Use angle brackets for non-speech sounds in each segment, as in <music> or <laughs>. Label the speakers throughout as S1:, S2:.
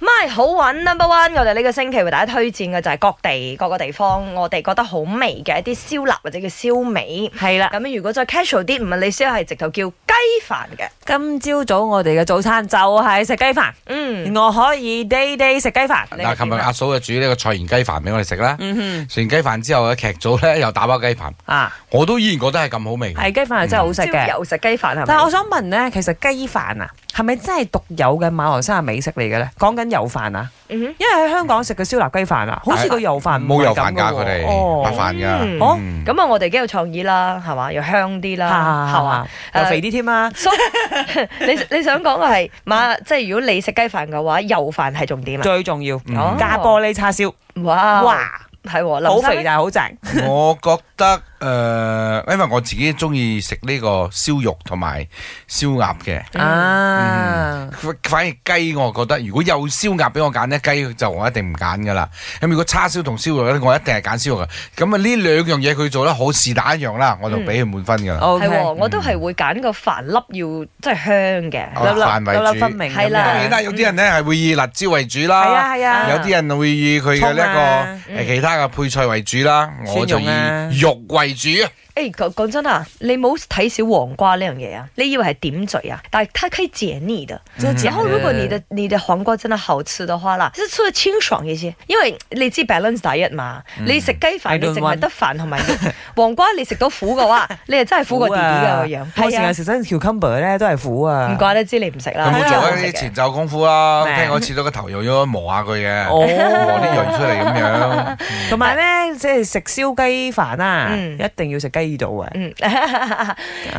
S1: 係好揾 number one，我哋呢個星期為大家推薦嘅就係各地各個地方，我哋覺得好味嘅一啲燒臘或者叫燒味。
S2: 係啦，
S1: 咁如果再 casual 啲，唔係你燒係直頭叫雞飯嘅。
S2: 今朝早我哋嘅早餐就係食雞飯，
S1: 嗯，
S2: 我可以 day day 食雞飯。
S1: 你
S3: 嗱，琴日阿嫂就煮呢個菜園雞飯俾我哋食啦。
S2: 啊嗯
S3: 食完雞飯之後嘅劇組咧又打包雞飯，
S2: 哼，啊，
S3: 我都依然覺得係咁好味。
S2: 係雞飯係真係好食
S1: 朝
S2: 嘅。
S1: 油食雞飯係咪？
S2: 但係我想問咧，其實雞飯啊，係咪真係獨有嘅馬來西亞美食嚟嘅咧？講緊油飯啊，
S1: 嗯哼
S2: 因為喺香港食嘅燒臘雞飯啊，好似個油飯
S3: 冇油
S2: 飯
S3: 飯㗎，佢哋
S2: 哦
S3: 白飯
S1: 嗯
S3: 㗎。
S2: 哦
S3: 嗯
S1: 咁啊，我哋幾有創意啦，係嘛？又香啲啦，係嘛
S2: 嚇？又肥啲添啊！
S1: 所以 <laughs> 你你想講嘅係馬，即係如果你食雞飯嘅話，油飯係重點啊！
S2: 最重要
S3: 嗯
S2: 加玻璃叉燒，
S1: 哇
S2: 哇，
S1: 係喎，林
S2: 好
S1: 生
S2: 肥
S1: 咧
S2: 但係好正。
S3: 我覺得誒、呃因為我自己中意食呢個燒肉同埋燒鴨嘅，
S2: 啊，
S3: 反反而雞我覺得如果有燒鴨俾我揀呢雞就我一定唔揀噶啦。咁如果叉燒同燒肉咧，我一定係揀燒肉嘅。咁啊呢兩樣嘢佢做得好是但一樣啦，我就
S2: 嗯
S3: 俾佢滿分噶啦。
S2: O
S1: 係
S2: K，
S1: 喎，我都係會揀個飯粒要即係香嘅。
S3: 哦
S2: 粒
S3: 飯為
S2: 粒粒粒
S3: 主
S2: 分明咁樣，
S1: 係啦
S3: 當然啦，有啲人咧係會以辣椒為主啦。
S2: 係啊係啊，
S3: 有啲人會以佢嘅呢一
S2: 葱啊
S3: 個誒其他嘅配菜為主啦，我就
S2: 蒜蓉啊
S3: 以肉為主啊。
S1: 誒講講真啊，你冇睇小黃瓜呢樣嘢啊，你以為係點綴啊？但係它可以解膩的。
S2: 嗯真係
S1: 然後
S2: 假
S1: 如果
S2: 嘅
S1: 你的你的黃瓜真的好吃的話啦，即係出得清爽一些，因為你知 balance diet 嘛，你食雞飯
S2: 嗯 I
S1: 你
S2: don't
S1: 淨係
S2: want
S1: 得飯同埋 <laughs> 肉黃瓜，你食到苦嘅
S2: <laughs>
S1: 話，你係真係苦過弟弟嘅個樣。
S2: 我啊成
S1: 係
S2: 日食真 cucumber 咧都係苦
S1: 啊，
S2: 啊。
S1: 唔怪得知你唔食
S3: 佢
S1: 啦。 <laughs>
S3: 冇
S1: 真係
S3: 做
S1: 好
S3: 一
S1: 食
S3: 啲
S1: 嘅
S3: 前奏功夫啦，
S2: 咩
S3: 聽我切到個頭又要磨下佢嘅，
S2: 哦
S3: 磨啲鋭出嚟咁樣。
S2: 同埋咧，即係食燒雞飯啊，
S1: 嗯
S2: 一定要食雞度啊。
S1: 嗯， <laughs>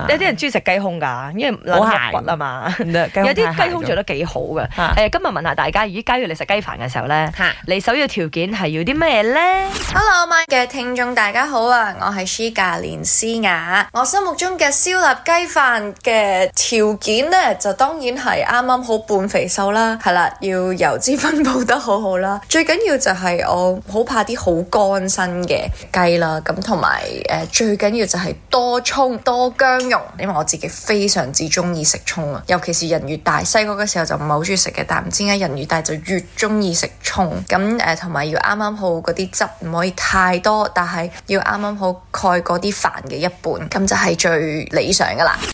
S1: 有啲人中意食雞胸㗎，因為
S2: 好
S1: 撚
S2: 鹹
S1: 入骨啊嘛。
S2: 唔得，雞
S1: 有
S2: 胸
S1: 啲
S2: 太
S1: 雞胸
S2: 鹹
S1: 做
S2: 咗
S1: 得幾好嘅。誒、
S2: 啊
S1: 今日問下大家，咦，假如你食雞飯嘅時候咧
S2: 嚇，
S1: 你首要條件係要啲咩咧？
S4: Hello my 嘅聽眾大家好啊，我係 Shiga 連詩雅。我心目中嘅燒臘雞飯嘅條件呢，就當然係啱啱好半肥瘦啦，係啦，要油脂分佈得好好啦。最緊要就係我好怕啲好乾身嘅雞啦，咁同埋呃誒最緊要就係多葱多薑蓉，因為我自己非常之中意食葱啊，尤其是人越大，細個嘅時候就唔係好中意食嘅，但唔知點解人越大就越中意食葱。咁誒同埋要啱啱好嗰啲汁唔可以太多，但係要啱啱好蓋嗰啲飯嘅一半，咁就係最理想噶啦。